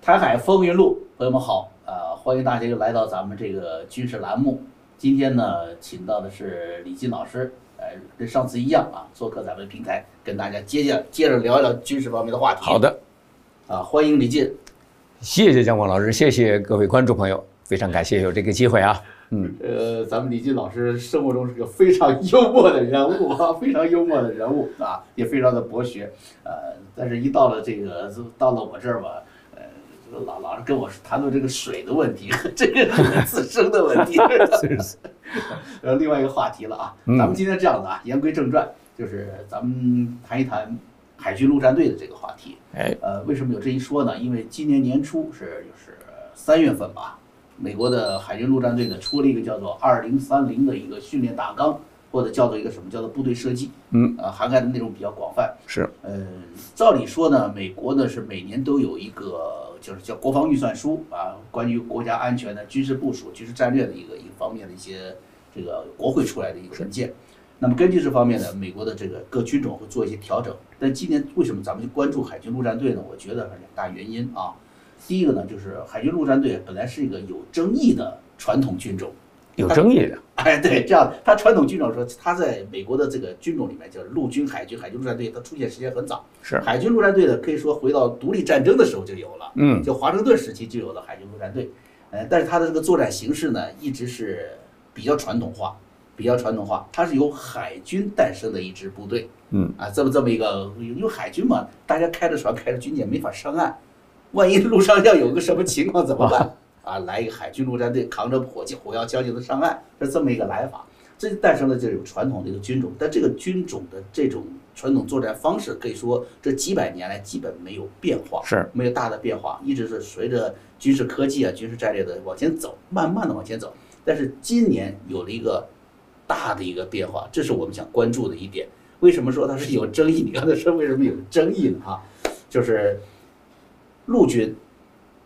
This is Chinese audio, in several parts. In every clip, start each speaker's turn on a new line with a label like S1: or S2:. S1: 台海风云录，朋友们好，呃，欢迎大家又来到咱们这个军事栏目。今天呢，请到的是李进老师，呃，跟上次一样啊，做客咱们平台，跟大家接着接着聊一聊军事方面的话题。
S2: 好的，
S1: 啊，欢迎李进。
S2: 谢谢姜广老师，谢谢各位观众朋友，非常感谢有这个机会啊。嗯，
S1: 呃，咱们李进老师生活中是个非常幽默的人物啊，非常幽默的人物啊，也非常的博学，呃，但是一到了这个到了我这儿吧，呃，老老是跟我谈论这个水的问题， 这个自身的问 题， 呃，另外一个话题了啊。
S2: 嗯
S1: 咱们今天这样子啊，言归正传，就是咱们谈一谈海军陆战队的这个话题。
S2: 哎，
S1: 呃，为什么有这一说呢？因为今年年初是就是三月份吧，美国的海军陆战队呢出了一个叫做“二零三零”的一个训练大纲，或者叫做一个什么叫做部队设计，
S2: 嗯，
S1: 呃，涵盖的内容比较广泛。
S2: 是，
S1: 呃，照理说呢，美国呢是每年都有一个就是叫国防预算书啊，关于国家安全的军事部署、军事战略的一个一个方面的一些这个国会出来的一个文件。那么根据这方面呢，美国的这个各军种会做一些调整。但今年为什么咱们就关注海军陆战队呢？我觉得两大原因啊。第一个呢，就是海军陆战队本来是一个有争议的传统军种，
S2: 有争议的，
S1: 哎，对，这样，它传统军种说，它在美国的这个军种里面，就是陆军、海军、海军陆战队，它出现时间很早。
S2: 是
S1: 海军陆战队呢，可以说回到独立战争的时候就有了，
S2: 嗯，
S1: 就华盛顿时期就有了海军陆战队。呃，但是它的这个作战形式呢，一直是比较传统化，比较传统化。它是由海军诞生的一支部队，
S2: 嗯，
S1: 啊，这么这么一个，因为海军嘛，大家开着船、开着军舰没法上岸，万一路上要有个什么情况怎么办？啊，来一个海军陆战队扛着火箭、火药、枪就能上岸，是这么一个来法。这就诞生了这种传统的一个军种，但这个军种的这种传统作战方式，可以说这几百年来基本没有变化。
S2: 是
S1: 没有大的变化，一直是随着军事科技啊、军事战略的往前走，慢慢的往前走。但是今年有了一个大的一个变化，这是我们想关注的一点。为什么说它是有争议？你刚才说为什么有争议呢？哈，就是陆军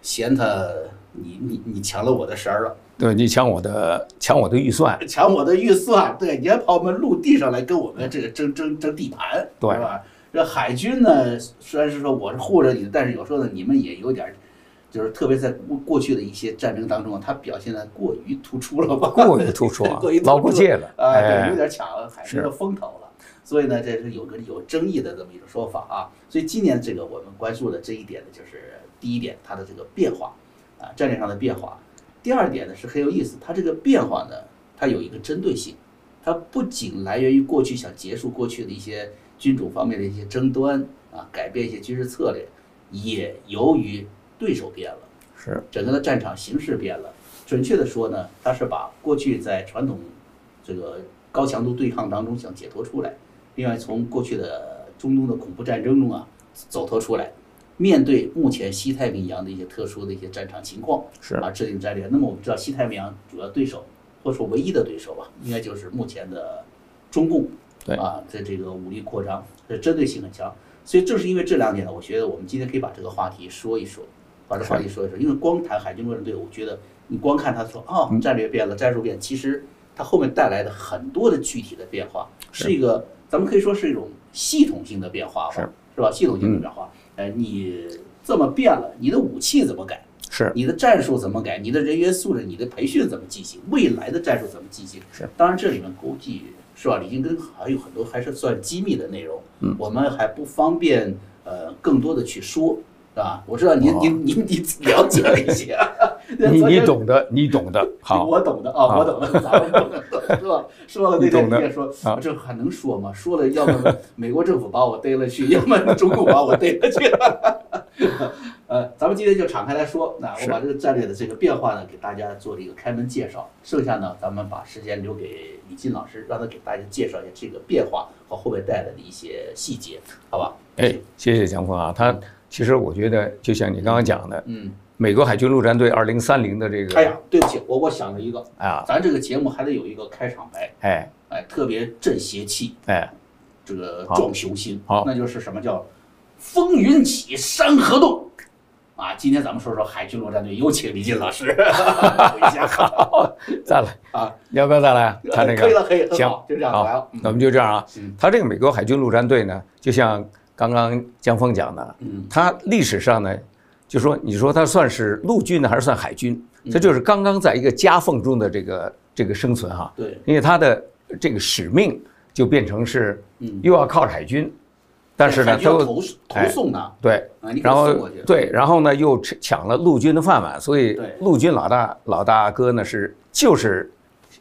S1: 嫌他你你你抢了我的食儿了，
S2: 对你抢我的抢我的预算，
S1: 抢我的预算，对，你还跑我们陆地上来跟我们这个争争争地盘，
S2: 对
S1: 是吧？这海军呢，虽然是说我是护着你的，但是有时候呢，你们也有点儿，就是特别在过过去的一些战争当中啊，他表现的过于突出了吧？
S2: 过于突出啊
S1: 过于，突出
S2: 捞过界了，
S1: 啊，对，有
S2: 哎，
S1: 点抢了海军的风头了。所以呢，这是有个有争议的这么一种说法啊。所以今年这个我们关注的这一点呢，就是第一点，它的这个变化啊，战略上的变化。第二点呢是很有意思，它这个变化呢，它有一个针对性，它不仅来源于过去想结束过去的一些军种方面的一些争端啊，改变一些军事策略，也由于对手变了。
S2: 是
S1: 整个的战场形势变了。准确的说呢，它是把过去在传统这个高强度对抗当中想解脱出来，另外从过去的中东的恐怖战争中啊走脱出来，面对目前西太平洋的一些特殊的一些战场情况，
S2: 是
S1: 啊制定战略。那么我们知道西太平洋主要对手，或者说唯一的对手吧，应该就是目前的中共，
S2: 对
S1: 啊，在这个武力扩张，这针对性很强。所以正是因为这两点呢，我觉得我们今天可以把这个话题说一说，把这话题说一说。因为光谈海军陆战队，我觉得你光看他说啊、
S2: 嗯
S1: 战略变了，战术变，其实它后面带来的很多的具体的变化，是一个咱们可以说是一种系统性的变化吧，
S2: 是嗯
S1: 是吧？系统性的变化，呃，你这么变了，你的武器怎么改？
S2: 是
S1: 你的战术怎么改？你的人员素质、你的培训怎么进行？未来的战术怎么进行？
S2: 是，
S1: 当然这里面估计是吧？李金根还有很多还是算机密的内容，嗯，我们还不方便呃更多的去说，是吧？我知道您、
S2: 哦
S1: 您您您了解了一些，
S2: 你
S1: 昨
S2: 你
S1: 天
S2: 懂得，你懂得，好，
S1: 我懂的啊，
S2: 好
S1: 我懂的， 咱们不能懂是吧？说了那
S2: 你
S1: 天
S2: 懂
S1: 你
S2: 的
S1: 也说
S2: 啊，
S1: 这还能说吗？说了，要么美国政府把我逮了去，要么中共把我逮了去。 呃，咱们今天就敞开来说，那我
S2: 是
S1: 把这个战略的这个变化呢，给大家做了一个开门介绍。剩下呢，咱们把时间留给李进老师，让他给大家介绍一下这个变化和后面带来的一些细节，好吧？
S2: 哎，谢谢姜峰啊，他其实我觉得就像你刚刚讲的，
S1: 嗯，
S2: 美国海军陆战队二零三零的这
S1: 哎
S2: 个
S1: 呀，对不起，我我想了一个，
S2: 啊，
S1: 咱这个节目还得有一个开场白，
S2: 哎
S1: 哎，特别正邪气。
S2: 哎，
S1: 这个
S2: 好
S1: 壮雄心，
S2: 好
S1: 那就是什么叫风云起，山河动。啊，今天咱们说说海军陆战队，有请李进老 师回家
S2: 再来
S1: 啊，
S2: 要不要再来？他那
S1: 可以
S2: 个
S1: 了，可以了，很
S2: 行
S1: 好，就这样
S2: 好
S1: 来了，嗯
S2: 那我们就这样啊
S1: 嗯，
S2: 他这个美国海军陆战队呢，就像刚刚姜峰讲的，
S1: 嗯，
S2: 它历史上呢，就说你说它算是陆军呢，还是算海军？
S1: 嗯
S2: 它就是刚刚在一个夹缝中的这个这个生存哈。
S1: 对，
S2: 因为它的这个使命就变成是
S1: 嗯，
S2: 又要靠海军，但是呢哎
S1: 还需要
S2: 都
S1: 投投送呢，
S2: 对，
S1: 啊，你给
S2: 然
S1: 他
S2: 后
S1: 送过去，
S2: 对，然后呢又吃抢了陆军的饭碗，所以
S1: 对
S2: 陆军老大老大哥呢是就是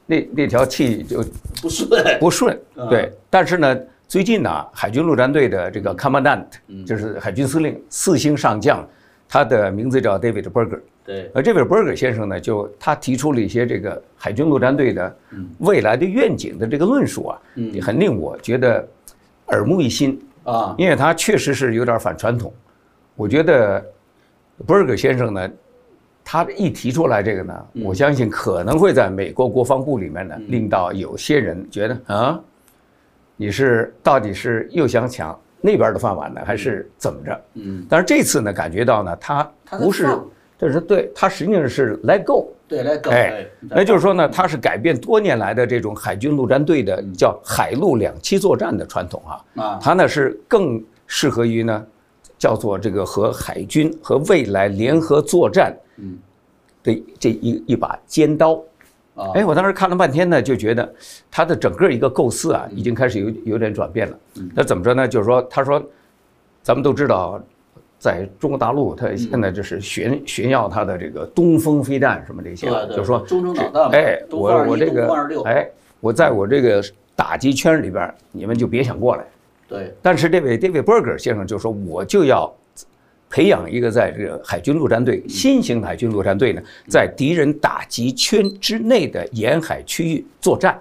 S2: 那那条气就
S1: 不顺，
S2: 不顺，
S1: 嗯
S2: 对。但是呢，最近呢、海军陆战队的这个 commandant
S1: 嗯
S2: 就是海军司令四星上将，他的名字叫 David Berger。
S1: 对，
S2: 而这位 Berger 先生呢，就他提出了一些这个海军陆战队的
S1: 嗯
S2: 未来的愿景的这个论述啊，
S1: 嗯
S2: 也很令我觉得耳目一新。
S1: 啊，
S2: 因为他确实是有点反传统。我觉得 Berger 先生呢，他一提出来这个呢，
S1: 嗯
S2: 我相信可能会在美国国防部里面呢，令到有些人觉得啊，你是到底是又想抢那边的饭碗呢，还是怎么着？
S1: 嗯，
S2: 但是这次呢，感觉到呢，他
S1: 他在
S2: 不是
S1: 放，
S2: 这是对他实际上是 let go，
S1: 对，来搞，
S2: 哎
S1: 对，
S2: 那就是说呢，它是改变多年来的这种海军陆战队的
S1: 嗯
S2: 叫海陆两栖作战的传统啊。
S1: 啊，
S2: 它呢是更适合于呢，叫做这个和海军和未来联合作战
S1: 嗯，
S2: 的这一一把尖刀。
S1: 啊，
S2: 哎，我当时看了半天呢，就觉得它的整个一个构思啊，已经开始有有点转变了
S1: 嗯。
S2: 那怎么着呢？就是说，他说，咱们都知道，在中国大陆，它现在就是炫炫耀它的这个东风飞弹什么这些
S1: 对
S2: 啊，
S1: 对
S2: 就是说
S1: 中程导弹嘛，
S2: 哎，
S1: 东风
S2: 我
S1: 二
S2: 我
S1: 一
S2: 这
S1: 东
S2: 个
S1: 风二六，
S2: 哎，我在我这个打击圈里边儿，你们就别想过来。
S1: 对，
S2: 但是这位 David Berger 先生就说，我就要培养一个在这个海军陆战队新型海军陆战队呢，在敌人打击圈之内的沿海区域作战。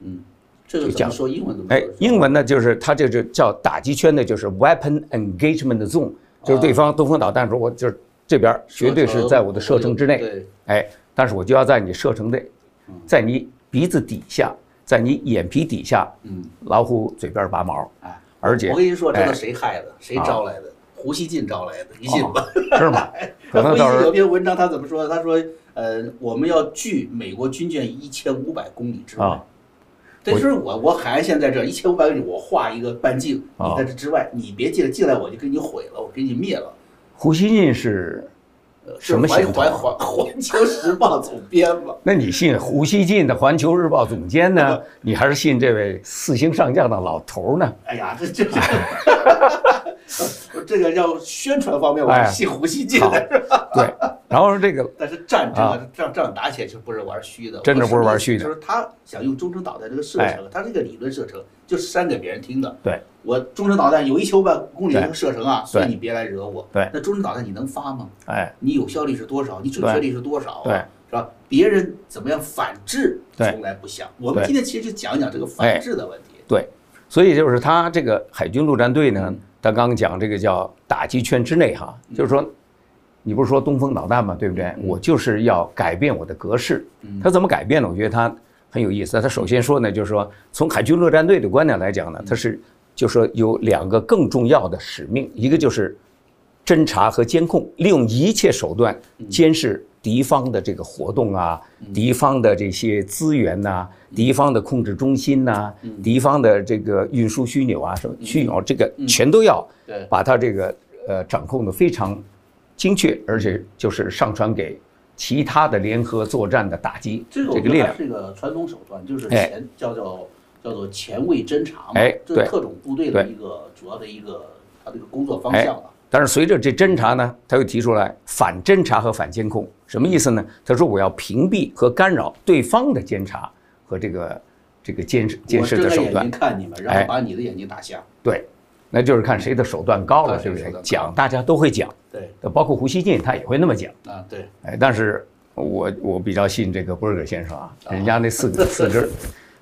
S1: 嗯，这个
S2: 就
S1: 怎
S2: 讲
S1: 么说英文怎么说？
S2: 哎，英文呢就是它这就叫打击圈呢，就是 weapon engagement zone，就是对方东风导弹说，我就是这边儿绝对是在我的射程之内。
S1: 对，
S2: 哎，但是我就要在你射程内，在你鼻子底下，在你眼皮底下，
S1: 嗯，
S2: 老虎嘴边拔毛，
S1: 哎，
S2: 而且
S1: 我跟你说，这
S2: 哎
S1: 个谁害的？谁招来的？胡锡进招来的，你信吗？
S2: 哦是吗？ 可能
S1: 胡锡
S2: 到时
S1: 进有
S2: 候
S1: 篇文章，他怎么说？他说，呃，我们要距美国军舰一千五百公里之外
S2: 啊。
S1: 对，
S2: 我
S1: 就是我，我海岸线在这一千五百公里，我画一个半径，
S2: 啊
S1: 你在这之外，你别进来，进来我就给你毁了，我给你灭了。
S2: 胡锡进是
S1: 呃是
S2: 什么啊
S1: 环
S2: 型头
S1: 环环环球时报总编嘛？
S2: 那你信胡锡进的《环球日报》总监呢，你还是信这位四星上将的老头儿呢？
S1: 哎呀，这这 这，我 这个要宣传方面，我
S2: 哎
S1: 是信胡锡进
S2: 好
S1: 的，，
S2: 对。然后这个
S1: 但是战争
S2: 啊
S1: 啊，仗仗打起来就不是玩虚的，
S2: 真的不是玩虚的
S1: 我就是他想用中程导弹这个射
S2: 哎
S1: 程，他这个理论射程就是扇给别人听的。
S2: 对，
S1: 我中程导弹有一千五百公里
S2: 对
S1: 这个射程啊，所以
S2: 对
S1: 你别来惹我。
S2: 对
S1: 那中程导弹你能发吗？
S2: 哎，
S1: 你有效率是多少？你准确率是多少、啊？
S2: 对对
S1: 是吧？别人怎么样反制，
S2: 对
S1: 从来不想。我们
S2: 对哎
S1: 今天其实就讲一讲这个反制的问题。
S2: 对，所以就是他这个海军陆战队呢
S1: 嗯，
S2: 他刚刚讲这个叫打击圈之内哈，就是说，你不是说东风导弹嘛，对不对？我就是要改变我的格式。他怎么改变呢？我觉得他很有意思。他首先说呢，就是说从海军陆战队的观点来讲呢，它是就是说有两个更重要的使命，一个就是侦查和监控，利用一切手段
S1: 嗯
S2: 监视敌方的这个活动啊，敌方的这些资源呐、
S1: 嗯
S2: 敌方的控制中心呐、敌方的这个运输枢纽啊，什么
S1: 嗯
S2: 枢纽，这个全都要
S1: 对
S2: 把它这个呃掌控的非常精确，而且就是上传给其他的联合作战的打击
S1: 这个
S2: 这
S1: 我
S2: 个
S1: 觉
S2: 力
S1: 得它
S2: 量。
S1: 是一个传统手段，就是
S2: 哎
S1: 前叫做叫做前卫侦察嘛，
S2: 哎
S1: 这是
S2: 对
S1: 特种部队的
S2: 对
S1: 一个主要的一个它这个工作方
S2: 哎
S1: 向啊。
S2: 但是随着这侦查呢，他又提出来反侦查和反监控，什么意思呢？他说我要屏蔽和干扰对方的监察和这个这个监视监
S1: 我
S2: 视
S1: 睁
S2: 的
S1: 开
S2: 手
S1: 眼睛。
S2: 段
S1: 看你们，然
S2: 哎
S1: 后把你的眼睛打瞎。
S2: 对，那就是看谁的手段高了，
S1: 看
S2: 对
S1: 谁
S2: 不
S1: 手
S2: 对
S1: 段？高
S2: 讲大家都会讲，
S1: 对，
S2: 包括胡锡进他也会那 么讲。
S1: 啊对，
S2: 哎，但是我我比较信这个波尔格先生啊，人家那四 个四根儿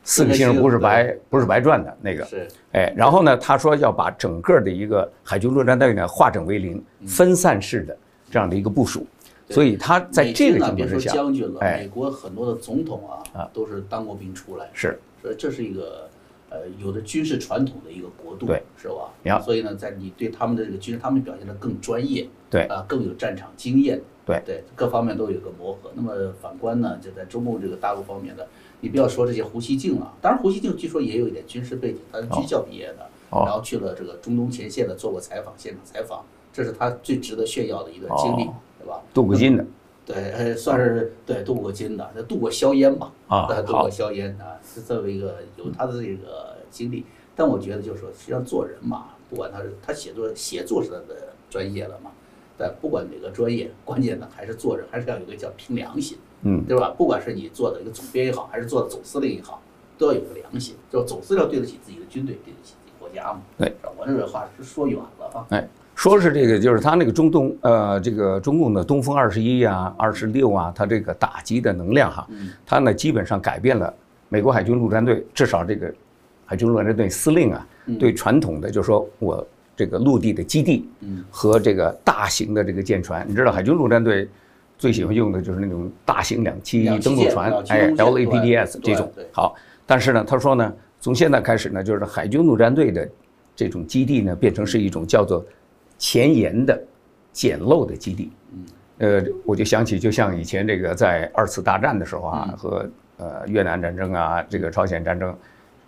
S2: 四个星不是白不是白赚的那个。
S1: 是，
S2: 哎，然后呢，他说要把整个的一个海军陆战队呢化整为零，分散式的这样的一个部署，所以他在
S1: 美
S2: 这
S1: 军
S2: 个
S1: 呢，
S2: 情
S1: 别
S2: 况
S1: 说
S2: 之下
S1: 将军了，
S2: 哎
S1: 美国很多的总统啊，都是当过兵出来，
S2: 是
S1: 所以这是一个呃有着军事传统的一个国度，
S2: 对，
S1: 是吧？
S2: 呀
S1: 所以呢，在你对他们的这个军事，他们表现得更专业，
S2: 对
S1: 啊、更有战场经验，
S2: 对
S1: 对，各方面都有一个磨合。那么反观呢，就在中共这个大陆方面的，你不要说这些胡锡进了、当然胡锡进据说也有一点军事背景，他是军校毕业的，
S2: 哦
S1: 然后去了这个中东前线的做过采访，现场采访。这是他最值得炫耀的一段经历
S2: 哦，
S1: 对吧？
S2: 镀过金的
S1: 对，呃算是对镀过金的，镀过硝烟吧，
S2: 啊
S1: 呃，镀
S2: 好
S1: 过，硝烟啊，是这么一个有他的这个经历。但我觉得就是说，实际上做人嘛，不管他是他写作写作是他的专业了嘛，但不管哪个专业，关键呢还是做人，还是要有一个叫凭良心。
S2: 嗯，
S1: 对吧？不管是你做的一个总编也好，还是做的总司令也好，都要有个良心，就总司令要对得起自己的军队，对得起自己国家嘛。
S2: 对
S1: 是吧，我这个话是说远了啊。
S2: 哎说是这个，就是他那个中东呃，这个中共的东风二十一啊、二十六啊，它这个打击的能量哈，
S1: 嗯
S2: 它呢基本上改变了美国海军陆战队，至少这个海军陆战队司令啊，
S1: 嗯
S2: 对传统的就是说我这个陆地的基地
S1: 嗯
S2: 和这个大型的这个舰船，你知道海军陆战队最喜欢用的就是那种大型两栖
S1: 两栖
S2: 登陆
S1: 舰
S2: 船
S1: 两，栖
S2: 哎
S1: 登陆舰
S2: ，LAPDS
S1: 对
S2: 这种
S1: 对。
S2: 好，但是呢，他说呢，从现在开始呢，就是海军陆战队的这种基地呢，变成是一种叫做前沿的简陋的基地。
S1: 嗯
S2: 呃，我就想起，就像以前这个在二次大战的时候啊，和呃越南战争啊，这个朝鲜战争，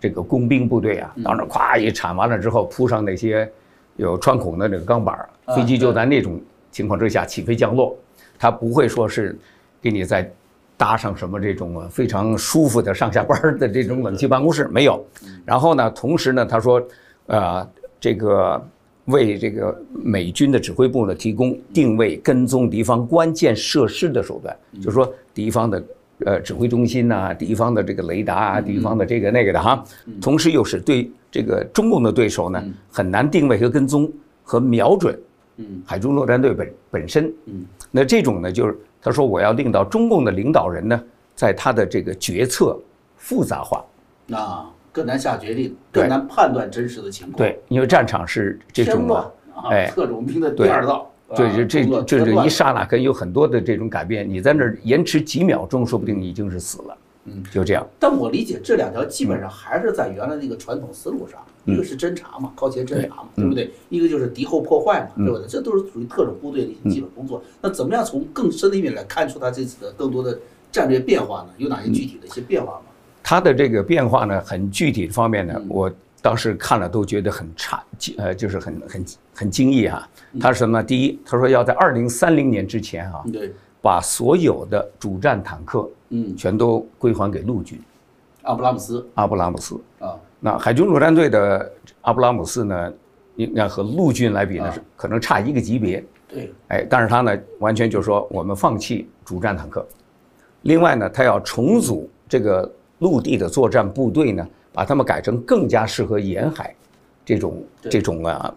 S2: 这个工兵部队啊，到那儿咵一铲完了之后，铺上那些有穿孔的那个钢板儿，
S1: 啊
S2: 飞机就
S1: 对
S2: 在那种情况之下起飞降落，它不会说是给你再搭上什么这种呃非常舒服的上下班儿的这种冷气办公室没有。然后呢，同时呢，他说，呃，这个为这个美军的指挥部呢提供定位、跟踪敌方关键设施的手段，就是说敌方的呃指挥中心呐、敌方的这个雷达啊，敌方的这个那个的哈。同时又使对这个中共的对手呢
S1: 嗯
S2: 很难定位和跟踪和瞄准
S1: 嗯
S2: 海军陆战队本本身。
S1: 嗯
S2: 那这种呢，就是他说我要令到中共的领导人呢，在他的这个决策复杂化。
S1: 嗯，啊，更难下决定，
S2: 对
S1: 更难判断真实的情况。，
S2: 对，因为战场是这
S1: 添
S2: 种
S1: 乱
S2: 啊，
S1: 啊，
S2: 哎
S1: 特种兵的第
S2: 对
S1: 二道。啊
S2: 对，这
S1: 工作
S2: 这这
S1: 添
S2: 这
S1: 乱
S2: 一刹那可能有很多的这种改变，你在那儿延迟几秒钟，说不定已经是死了。
S1: 嗯，
S2: 就这样。
S1: 但我理解这两条基本上还是在原来那个传统思路上，一个
S2: 嗯
S1: 是侦查嘛，靠前侦查嘛，对不对？一个就是敌后破坏嘛，对不
S2: 嗯
S1: 对？这都是属于特种部队的一些基本工作。那怎么样从更深的一面来看出他这次的更多的战略变化呢？有哪些具体的一些变化吗？
S2: 它的这个变化呢，很具体的方面
S1: 嗯
S2: 呢，我当时看了都觉得很差，呃，就是很很很惊异哈、
S1: 嗯
S2: 他是什么呢？第一，他说要在二零三零年之前啊，
S1: 对，
S2: 把所有的主战坦克
S1: 嗯，
S2: 全都归还给陆军。
S1: 阿布拉姆斯
S2: 阿布拉姆斯，
S1: 啊，
S2: 那海军陆战队的阿布拉姆斯呢，应该和陆军来比呢，是可能差一个级别。
S1: 对，
S2: 哎，但是他呢，完全就说我们放弃主战坦克。另外呢，他要重组这个陆地的作战部队呢，把他们改成更加适合沿海这种
S1: 对
S2: 这种啊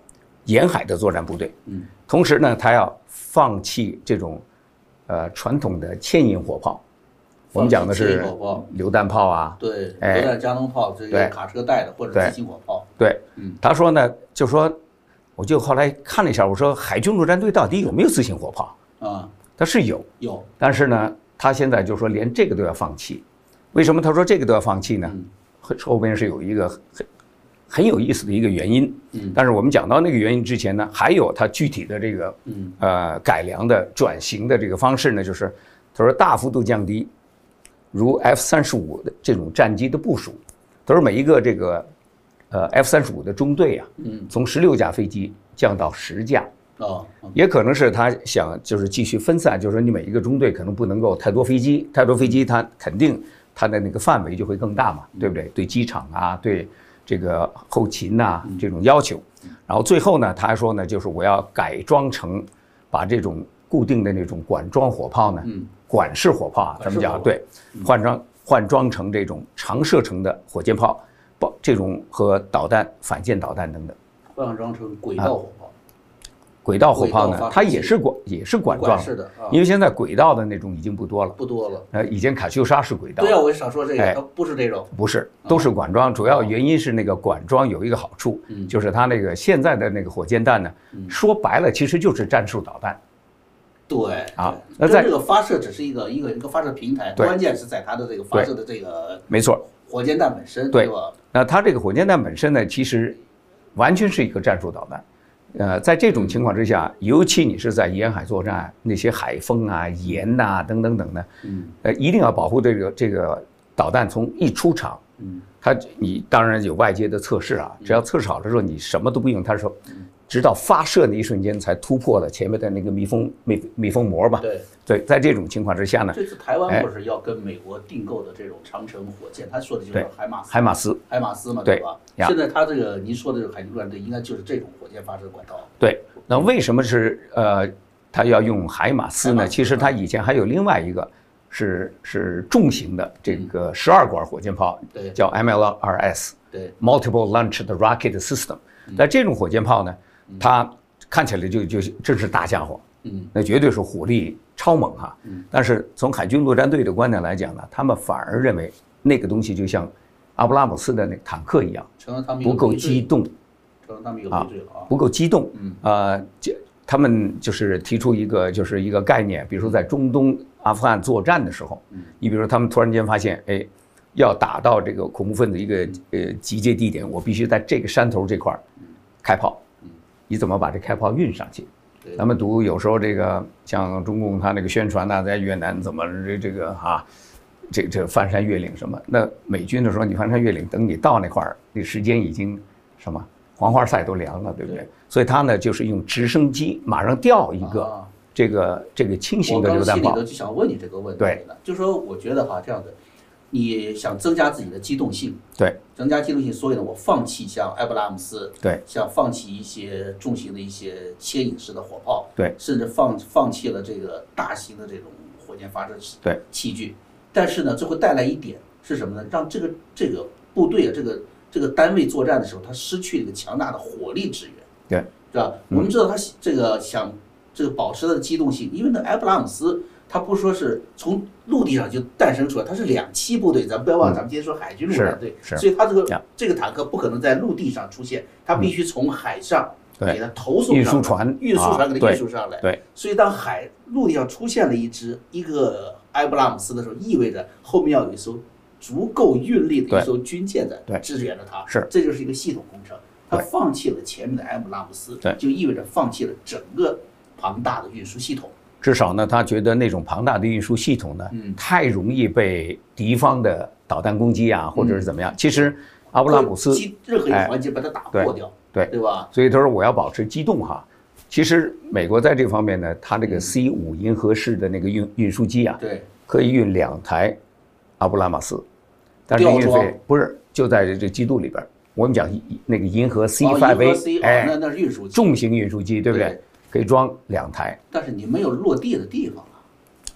S2: 沿海的作战部队。
S1: 嗯
S2: 同时呢，他要放弃这种呃传统的牵引火炮，我们讲的
S1: 放弃
S2: 是
S1: 牵引火炮
S2: 榴弹炮啊，
S1: 对，
S2: 哎
S1: 榴弹加农炮这些
S2: 对
S1: 卡车带的或者
S2: 对
S1: 自行火炮，
S2: 对，
S1: 嗯
S2: 他说呢，就说，我就后来看了一下，我说海军陆战队到底有没有自行火炮？
S1: 啊，
S2: 他是有，
S1: 有，
S2: 但是呢，他现在就说连这个都要放弃，为什么他说这个都要放弃呢
S1: 嗯？
S2: 后后边是有一个很很有意思的一个原因，
S1: 嗯
S2: 但是我们讲到那个原因之前呢，还有他具体的这个
S1: 嗯
S2: 呃改良的转型的这个方式呢，就是他说大幅度降低如 F 三十五的这种战机的部署，他说每一个这个呃 F 三十五的中队啊，
S1: 嗯，
S2: 从十六架飞机降到十架，
S1: 啊，
S2: 也可能是他想就是继续分散，就是说你每一个中队可能不能够太多飞机，太多飞机它肯定它的那个范围就会更大嘛，
S1: 嗯
S2: 对不对？对机场啊，对这个后勤呐、这种要求。然后最后呢，他还说呢，就是我要改装成把这种固定的那种管装火炮呢，
S1: 嗯
S2: 管式火炮啊，咱们
S1: 管式火炮嗯
S2: 讲对，换装换装成这种长射程的火箭炮，包这种和导弹反舰导弹等等。
S1: 换装成轨
S2: 啊
S1: 道火炮，
S2: 轨道火炮
S1: 轨道发
S2: 呢
S1: 射，器
S2: 它也是管也是管
S1: 管
S2: 状
S1: 式的啊
S2: 因为现在轨道的那种已经不多了。
S1: 不多了。
S2: 呃，以前卡秋莎是轨道
S1: 对，啊，我就嗯想说这个，
S2: 哎
S1: 它不是这种，
S2: 不是，都是管装。主要原因是那个管装有一个好处，
S1: 嗯
S2: 就是它那个现在的那个火箭弹呢，说白了其实就是战术导弹。
S1: 对
S2: 啊
S1: 对跟
S2: 那在
S1: 这个发射只是一个一个一个发射平台，
S2: 对
S1: 关键是在它的这个发射的这个
S2: 没错，
S1: 火箭弹本身，
S2: 对
S1: 吧？
S2: 那它这个火箭弹本身呢，其实完全是一个战术导弹。呃，在这种情况之下，尤其你是在沿海作战，那些海风啊、盐呐、等等等呢，
S1: 嗯
S2: 呃，一定要保护这个这个导弹从一出场，
S1: 嗯嗯
S2: 它你当然有外界的测试啊，只要测试好了之后，你什么都不用，它说直到发射的一瞬间才突破了前面的那个密封密密封膜吧。
S1: 对，
S2: 对，在这种情况之下呢，
S1: 这次台
S2: 哎
S1: 湾不是要跟美国订购的这种长城火箭，他说的就是
S2: 对
S1: 海马斯
S2: 海马斯
S1: 海马斯嘛，
S2: 对
S1: 吧？
S2: 呀
S1: 现在他这个您说的这个海军陆战队，应该就是这种火箭发射管道。
S2: 对，那为什么是呃，他要用海马斯
S1: 海马
S2: 呢？
S1: 斯
S2: 其实他以前还有另外一个是是重型的这个十二管火箭炮，
S1: 嗯对
S2: 叫 MLRS
S1: 对
S2: Multiple Launched Rocket System。那
S1: 嗯
S2: 这种火箭炮呢，它看起来就就真是大家伙，
S1: 嗯，
S2: 那绝对是火力超猛哈。但是从海军陆战队的观点来讲呢，他们反而认为那个东西就像阿布拉姆斯的那个坦克一样，
S1: 成了他们一个
S2: 不够
S1: 累赘
S2: 机，动。
S1: 成了他们一个累赘了啊。
S2: 不够激动，呃，这他们就是提出一个就是一个概念，比如说在中东阿富汗作战的时候，你比如说他们突然间发现，哎，要打到这个恐怖分子一个呃集结地点，我必须在这个山头这块儿开炮，你怎么把这开炮运上去？
S1: 对
S2: 咱们读有时候这个像中共他那个宣传呐、在越南怎么这这个啊，这这翻山越岭什么？那美军的时候，你翻山越岭，等你到那块儿，那时间已经什么黄花菜都凉了，对不对？所以他呢就是用直升机马上调一个、
S1: 啊
S2: 这个这个轻型
S1: 我
S2: 的
S1: 刚
S2: 榴
S1: 心
S2: 弹
S1: 里
S2: 炮
S1: 头，就想问你这个问题
S2: 对
S1: 了，就说我觉得哈这样的，你想增加自己的机动性，
S2: 对
S1: 增加机动性，所以呢，我放弃像埃布拉姆斯，
S2: 对，
S1: 像放弃一些重型的一些牵引式的火炮，
S2: 对，
S1: 甚至放放弃了这个大型的这种火箭发射器
S2: 对
S1: 器具，但是呢，这会带来一点是什么呢？让这个这个部队啊，这个这个单位作战的时候，它失去了一个强大的火力支援。
S2: 对，嗯
S1: 对吧？我们知道他这个想这个保持它的机动性，因为那埃布拉姆斯它不是说是从陆地上就诞生出来，它是两栖部队，咱们不要忘了，咱们今天说海军陆战队，
S2: 嗯是是
S1: 所以它这个
S2: 呀
S1: 这个坦克不可能在陆地上出现，它必须从海上
S2: 对
S1: 给它投送
S2: 运
S1: 上
S2: 输
S1: 来
S2: 船，
S1: 运输船给它
S2: 啊
S1: 运输上来，
S2: 对
S1: 所以当海陆地上出现了一只一个埃布拉姆斯的时候，意味着后面要有一艘足够运力的一
S2: 对
S1: 艘军舰在
S2: 对
S1: 支援着它。
S2: 是
S1: 这就是一个系统工程。它
S2: 对
S1: 放弃了前面的埃布拉姆斯，
S2: 对
S1: 就意味着放弃了整个庞大的运输系统。
S2: 至少呢，他觉得那种庞大的运输系统呢，
S1: 嗯
S2: 太容易被敌方的导弹攻击啊，或
S1: 嗯
S2: 者是怎么样。其实阿布拉姆斯
S1: 或
S2: 哎
S1: 者机任何一个环节把它打破掉，
S2: 对
S1: 对吧？
S2: 所以他说我要保持机动哈。其实美国在这方面呢，它这个 C 五银河式的那个运运输机啊，
S1: 嗯对，
S2: 可以运两台阿布拉马斯，但是
S1: 吊
S2: 运
S1: 装
S2: 费不是就在这基督里边儿。我们讲一那个银河 C
S1: 哦
S2: 5 A，、
S1: 银河 C，哦那
S2: 哎，
S1: 那是运输机，
S2: 重型运输机对不对？
S1: 对
S2: 可以装两台，
S1: 但是你没有落地的地方啊。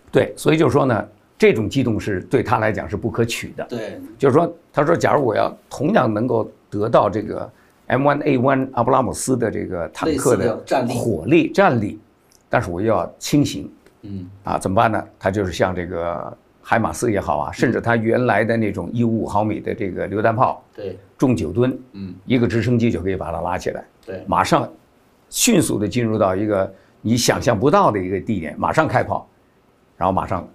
S2: 对，所以就说呢，这种机动是对他来讲是不可取的。
S1: 对，
S2: 就是说，他说，假如我要同样能够得到这个 M1A1 阿布拉姆斯的这个坦克
S1: 类似的战力
S2: 火力战力，但是我又要轻型
S1: 嗯，
S2: 啊，怎么办呢？他就是像这个海马斯也
S1: 嗯
S2: 好啊，甚至他原来的那种一五五毫米的这个榴弹炮，
S1: 对，
S2: 重九吨，
S1: 嗯，
S2: 一个直升机就可以把它拉起来，
S1: 对，
S2: 马上迅速的进入到一个你想象不到的一个地点，马上开炮，然后马上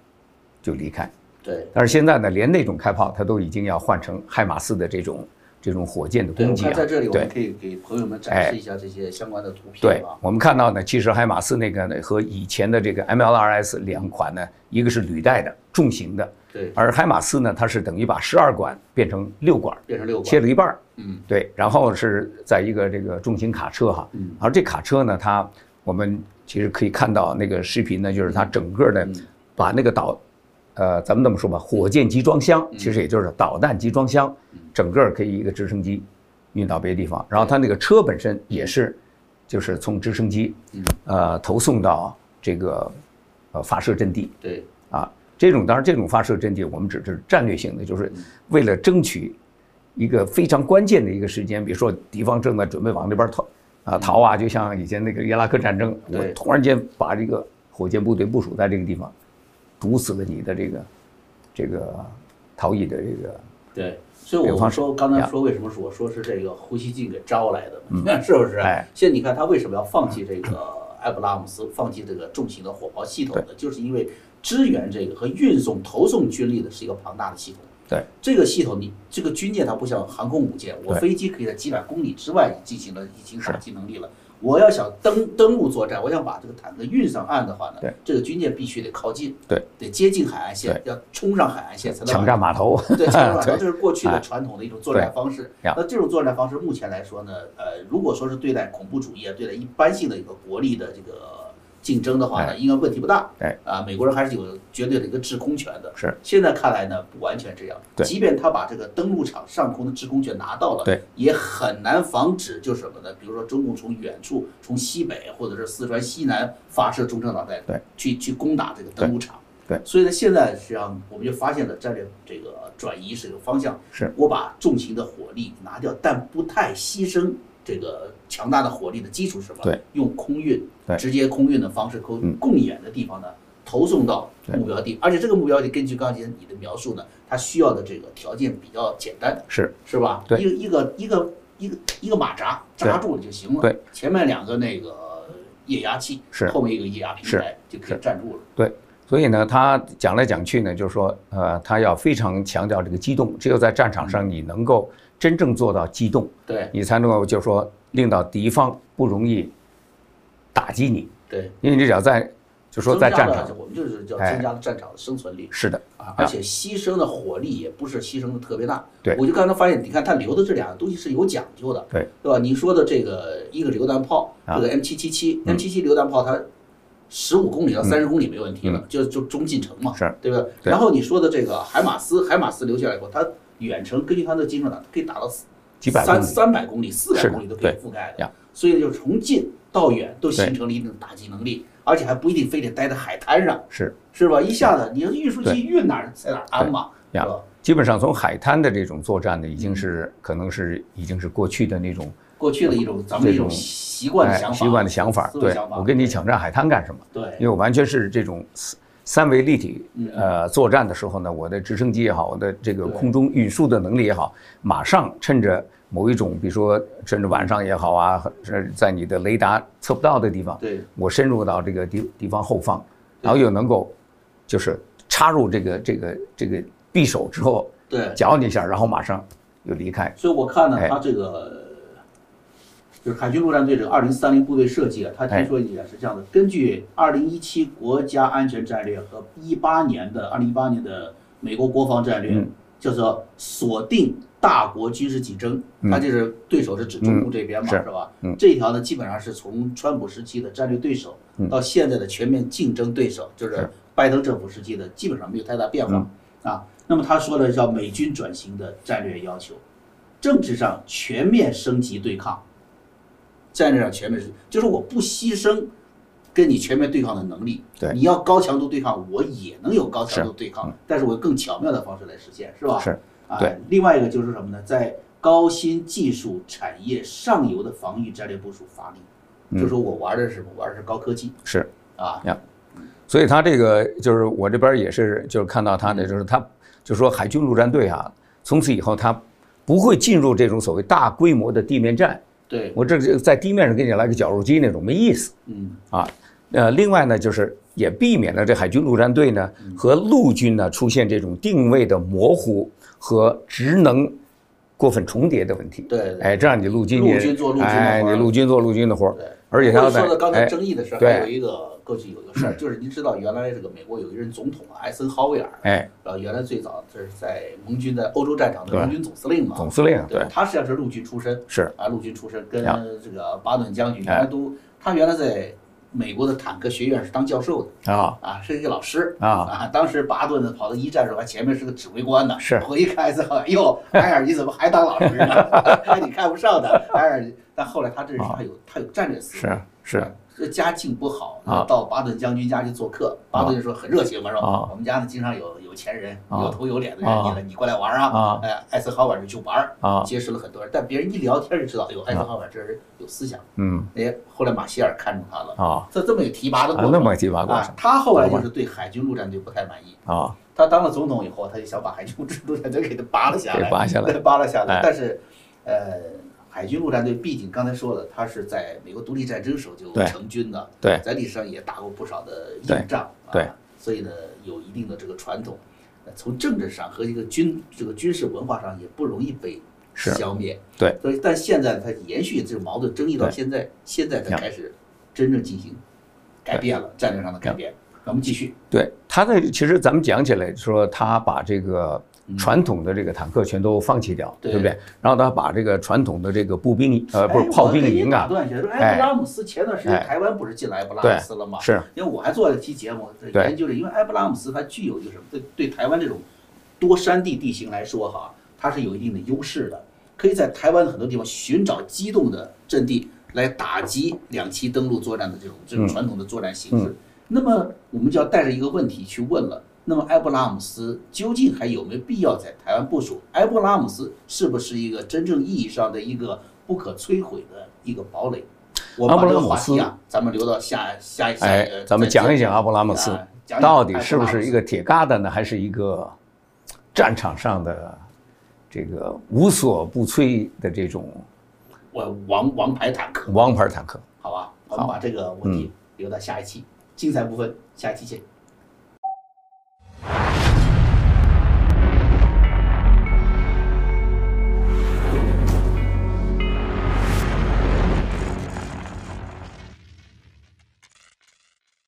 S2: 就离开。
S1: 对。
S2: 但是现在呢，连那种开炮，它都已经要换成海马斯的这种这种火箭的
S1: 对，我
S2: 攻
S1: 们
S2: 击啊。
S1: 看在这里，我们
S2: 对，哎
S1: 可以给朋友们展示一下这些相关的图片
S2: 对
S1: 啊。
S2: 我们看到呢，其实海马斯那个呢和以前的这个 MLRS 两款呢，一个是履带的重型的，
S1: 对，
S2: 而海马斯呢，它是等于把十二管变成六管，
S1: 变成六
S2: 切
S1: 管。
S2: 了一半儿。
S1: 嗯，
S2: 对，然后是在一个这个重型卡车哈，而这卡车呢，它我们其实可以看到那个视频呢，就是它整个的把那个导，呃，咱们这么说吧，火箭集装箱，其实也就是导弹集装箱，整个可以一个直升机运到别的地方，然后它那个车本身也是，就是从直升机，呃，投送到这个呃发射阵地，
S1: 对，
S2: 啊，这种当然这种发射阵地，我们只是战略性的，就是为了争取一个非常关键的一个时间，比如说敌方正在准备往那边逃啊逃啊，就像以前那个伊拉克战争，我
S1: 对
S2: 突然间把这个火箭部队部署在这个地方，堵死了你的这个这个逃逸的这个
S1: 对。所以我们说刚才说为什么说说是这个胡锡进给招来的嘛， 是不是
S2: 哎？
S1: 现在你看他为什么要放弃这个埃布拉姆斯，放弃这个重型的火炮系统呢？就是因为支援这个和运送投送军力的是一个庞大的系统。
S2: 对
S1: 这个系统你，这个军舰它不像航空母舰，我
S2: 对
S1: 飞机可以在几百公里之外进行了已经打击能力了。我要想登登陆作战，我想把这个坦克运上岸的话呢
S2: 对，
S1: 这个军舰必须得靠近，
S2: 对，
S1: 得接近海岸线，要冲上海岸线才能
S2: 抢占码头，
S1: 对，抢占码头，
S2: 对哎
S1: 这是过去的传统的一种作战方式。
S2: 呀
S1: 那这种作战方式目前来说呢，呃，如果说是对待恐怖主义啊，对待一般性的一个国力的这个竞争的话呢，应该问题不大。
S2: 哎，
S1: 啊，美国人还是有绝对的一个制空权的。
S2: 是，
S1: 现在看来呢，不完全这样。
S2: 对
S1: 即便他把这个登陆场上空的制空权拿到了，
S2: 对，
S1: 也很难防止就是什么呢？比如说中共从远处，从西北或者是四川西南发射中程导弹，
S2: 对，
S1: 去去攻打这个登陆场。
S2: 对
S1: 所以呢，现在实际上我们就发现了战略这个转移是一个方向，
S2: 是
S1: 我把重型的火力拿掉，但不太牺牲这个强大的火力的基础是什么？
S2: 对，
S1: 用空运，
S2: 对
S1: 直接空运的方式，空
S2: 嗯
S1: 更远的地方呢，投送到目标地，而且这个目标地根据刚才你的描述呢，它需要的这个条件比较简单，
S2: 是
S1: 是吧？
S2: 对
S1: 一个一个一个一个一个马扎
S2: 对
S1: 扎住了就行了，
S2: 对，
S1: 前面两个那个液压器，
S2: 是
S1: 后面一个液压平台就可以
S2: 是
S1: 站住了，
S2: 所以呢，他讲来讲去呢，就是说，呃，他要非常强调这个机动，只有在战场上
S1: 嗯
S2: 你能够真正做到机动，
S1: 对
S2: 你才能够啊就是说令到敌方不容易打击你，
S1: 对。
S2: 因为你只要在就说在
S1: 增加
S2: 战
S1: 了
S2: 场，
S1: 我们就是叫
S2: 哎
S1: 增加了战场的生存力
S2: 是的，
S1: 啊，而且牺牲的火力也不是牺牲的特别大。
S2: 对
S1: 我就刚才发现，你看他留的这两个东西是有讲究的，
S2: 对，
S1: 对吧？你说的这个一个榴弹炮，
S2: 啊
S1: 这个 M 七七七
S2: 嗯
S1: ，M 七七榴弹炮它十五公里到三十公里没问题了，就就中近程嘛，
S2: 嗯是
S1: 对吧？
S2: 对
S1: 然后你说的这个海马斯，海马斯留下来以后，它远程根据它的精准打，它可以打到
S2: 几百公
S1: 三
S2: 里，
S1: 三百公里、四百
S2: 是的
S1: 公里都可以
S2: 对
S1: 覆盖
S2: 呀
S1: 的，所以就从近到远都
S2: 对
S1: 形成了一定的打击能力，而且还不一定非得待在海滩上，
S2: 是
S1: 是吧？一下子你要运输
S2: 对
S1: 机运哪儿在哪儿安嘛，是
S2: 呀
S1: 吧？
S2: 基本上从海滩的这种作战呢，已经是可能是已经是过去的那种
S1: 过去的一种咱们的一种
S2: 这种哎
S1: 习惯的想法，
S2: 习惯的想法。
S1: 思维
S2: 对
S1: 想法。
S2: 我跟你，抢占海滩干什么？因
S1: 对，
S2: 为我完全是这种三三维立体
S1: 嗯
S2: 呃作战的时候呢，我的直升机也好，我的这个
S1: 对
S2: 空中运输的能力也好，马上趁着某一种，比如说趁着晚上也好啊，是在你的雷达测不到的地方，
S1: 对，
S2: 我深入到这个敌敌方后方，然后又能够就是插入这个这个这个匕首之后
S1: 对。
S2: 绞你一下，然后马上又离开。
S1: 所以我看呢，
S2: 哎
S1: 他这个就是海军陆战队这个二零三零部队设计啊，他听
S2: 哎
S1: 说也是这样的。根据二零一七国家安全战略和一八年的二零一八年的美国国防战略
S2: 嗯，
S1: 叫做锁定大国军事竞争，
S2: 嗯
S1: 它就是对手是指中共这边嘛，
S2: 嗯是
S1: 是吧
S2: 嗯？
S1: 这一条呢，基本上是从川普时期的战略对手
S2: 嗯
S1: 到现在的全面竞争对手，就是
S2: 是嗯
S1: 拜登政府时期的，基本上没有太大变化啊。那么他说的叫美军转型的战略要求，政治上全面升级对抗，战略上全面升，就是我不牺牲跟你全面对抗的能力，
S2: 对
S1: 你要高强度对抗，我也能有高强度对抗，
S2: 是嗯
S1: 但是我更巧妙的方式来实现，是吧？
S2: 是
S1: 啊，
S2: 对。
S1: 另外一个就是什么呢？在高新技术产业上游的防御战略部署发力，
S2: 嗯
S1: 就说我玩的是什么？玩的是高科技
S2: 是。
S1: 啊，
S2: 所以他这个就是我这边也是，就是看到他的，就是他就说海军陆战队啊，从此以后他不会进入这种所谓大规模的地面战，
S1: 对，
S2: 我这在地面上给你来个绞肉机那种没意思
S1: 嗯，
S2: 啊。呃，另外呢，就是也避免了这海军陆战队呢
S1: 嗯
S2: 和陆军呢出现这种定位的模糊和职能过分重叠的问题。
S1: 对对
S2: 哎，这样你陆军你
S1: 陆军做陆军的活儿
S2: 哎，你陆军做陆军的活儿
S1: 对，
S2: 而且他
S1: 或
S2: 要
S1: 者
S2: 在
S1: 说到刚才
S2: 哎
S1: 争议的事儿，
S2: 对
S1: 还有一个过去有一个事 儿，就是您知道原来这个美国有一任总统啊，艾森豪威尔，
S2: 哎
S1: 然呃后原来最早这是在盟军的欧洲战场的
S2: 对
S1: 盟军总司令嘛，
S2: 总司令
S1: 对
S2: 对
S1: 吧，他实际上是陆军出身，
S2: 是
S1: 啊，陆军出身，跟
S2: 呀
S1: 这个巴顿将军原
S2: 哎
S1: 来都，他原来在美国的坦克学院是当教授的
S2: 啊
S1: 啊，是一个老师
S2: 啊
S1: 啊。当时巴顿呢跑到一战时候，还前面是个指挥官呢，
S2: 是
S1: 我一看是哎呦，埃尔你怎么还当老师呢？ 看你看不上的埃尔，但后来他这是
S2: 啊
S1: 他有他有战略思维，
S2: 是是。
S1: 这家境不好，
S2: 啊
S1: 到巴顿将军家去做客，巴顿就说很热情嘛，说
S2: 啊
S1: 我们家呢经常有有钱人、
S2: 啊
S1: 有头有脸的人，
S2: 啊
S1: 你来你过来玩啊
S2: 啊，
S1: 哎，艾森豪威尔就去玩儿
S2: 啊
S1: 结识了很多人，但别人一聊天就知道，有哎艾森豪威尔这人有思想，
S2: 嗯
S1: 哎，后来马歇尔看中他了，
S2: 啊
S1: 这这么有提拔的过
S2: 啊，
S1: 程，
S2: 那么鸡巴过
S1: 啊
S2: 程，
S1: 他后来就是对海军陆战队不太满意，
S2: 啊，
S1: 他当了总统以后，他就想把海军陆战队给他扒拉下来，
S2: 给拔下来
S1: 对，扒拉下来
S2: 哎。
S1: 但是，呃，海军陆战队毕竟刚才说了，他是在美国独立战争时候就
S2: 对
S1: 成军的，
S2: 对
S1: 在历史上也打过不少的
S2: 对
S1: 硬仗，
S2: 对
S1: 啊，所以呢，有一定的这个传统。呃从政治上和一个军这个军事文化上也不容易被
S2: 是
S1: 消灭。
S2: 对，
S1: 所以但现在它延续这个矛盾争议到
S2: 对
S1: 现在，现在才
S2: 呀
S1: 开始真正进行改变了战略上的改变。咱们继续，
S2: 对他的，其实咱们讲起来说，他把这个传统的这个坦克全都放弃掉，
S1: 嗯对
S2: 对不对？然后他把这个传统的这个步兵呃，不是
S1: 哎
S2: 炮
S1: 我
S2: 兵
S1: 给你
S2: 营
S1: 打
S2: 啊，
S1: 断一下，说埃
S2: 哎
S1: 布拉姆斯前段时间
S2: 哎
S1: 台湾不是进了埃布拉
S2: 对
S1: 姆斯了吗？
S2: 是
S1: 因为我还做了一期节目，
S2: 对
S1: 研究这，因为埃布拉姆斯它具有就是对对台湾这种多山地地形来说哈，它是有一定的优势的，可以在台湾的很多地方寻找机动的阵地来打击两栖登陆作战的这种这种
S2: 嗯
S1: 传统的作战形式。那么我们就要带着一个问题去问了。那么埃布拉姆斯究竟还有没有必要在台湾部署？埃布拉姆斯是不是一个真正意义上的一个不可摧毁的一个堡垒？我们把这个话题啊，咱们留到下下一下一
S2: 哎
S1: 个，
S2: 咱们
S1: 再
S2: 讲
S1: 接
S2: 一讲阿布拉姆斯
S1: 啊讲一讲
S2: 到底是不是一
S1: 埃
S2: 个铁疙瘩呢，还是一个战场上的这个无所不摧的这种
S1: 布拉姆斯我王王牌坦克？
S2: 王牌坦克？嗯
S1: 好吧，我们把这个问题留到下一期精彩部分，下一期见。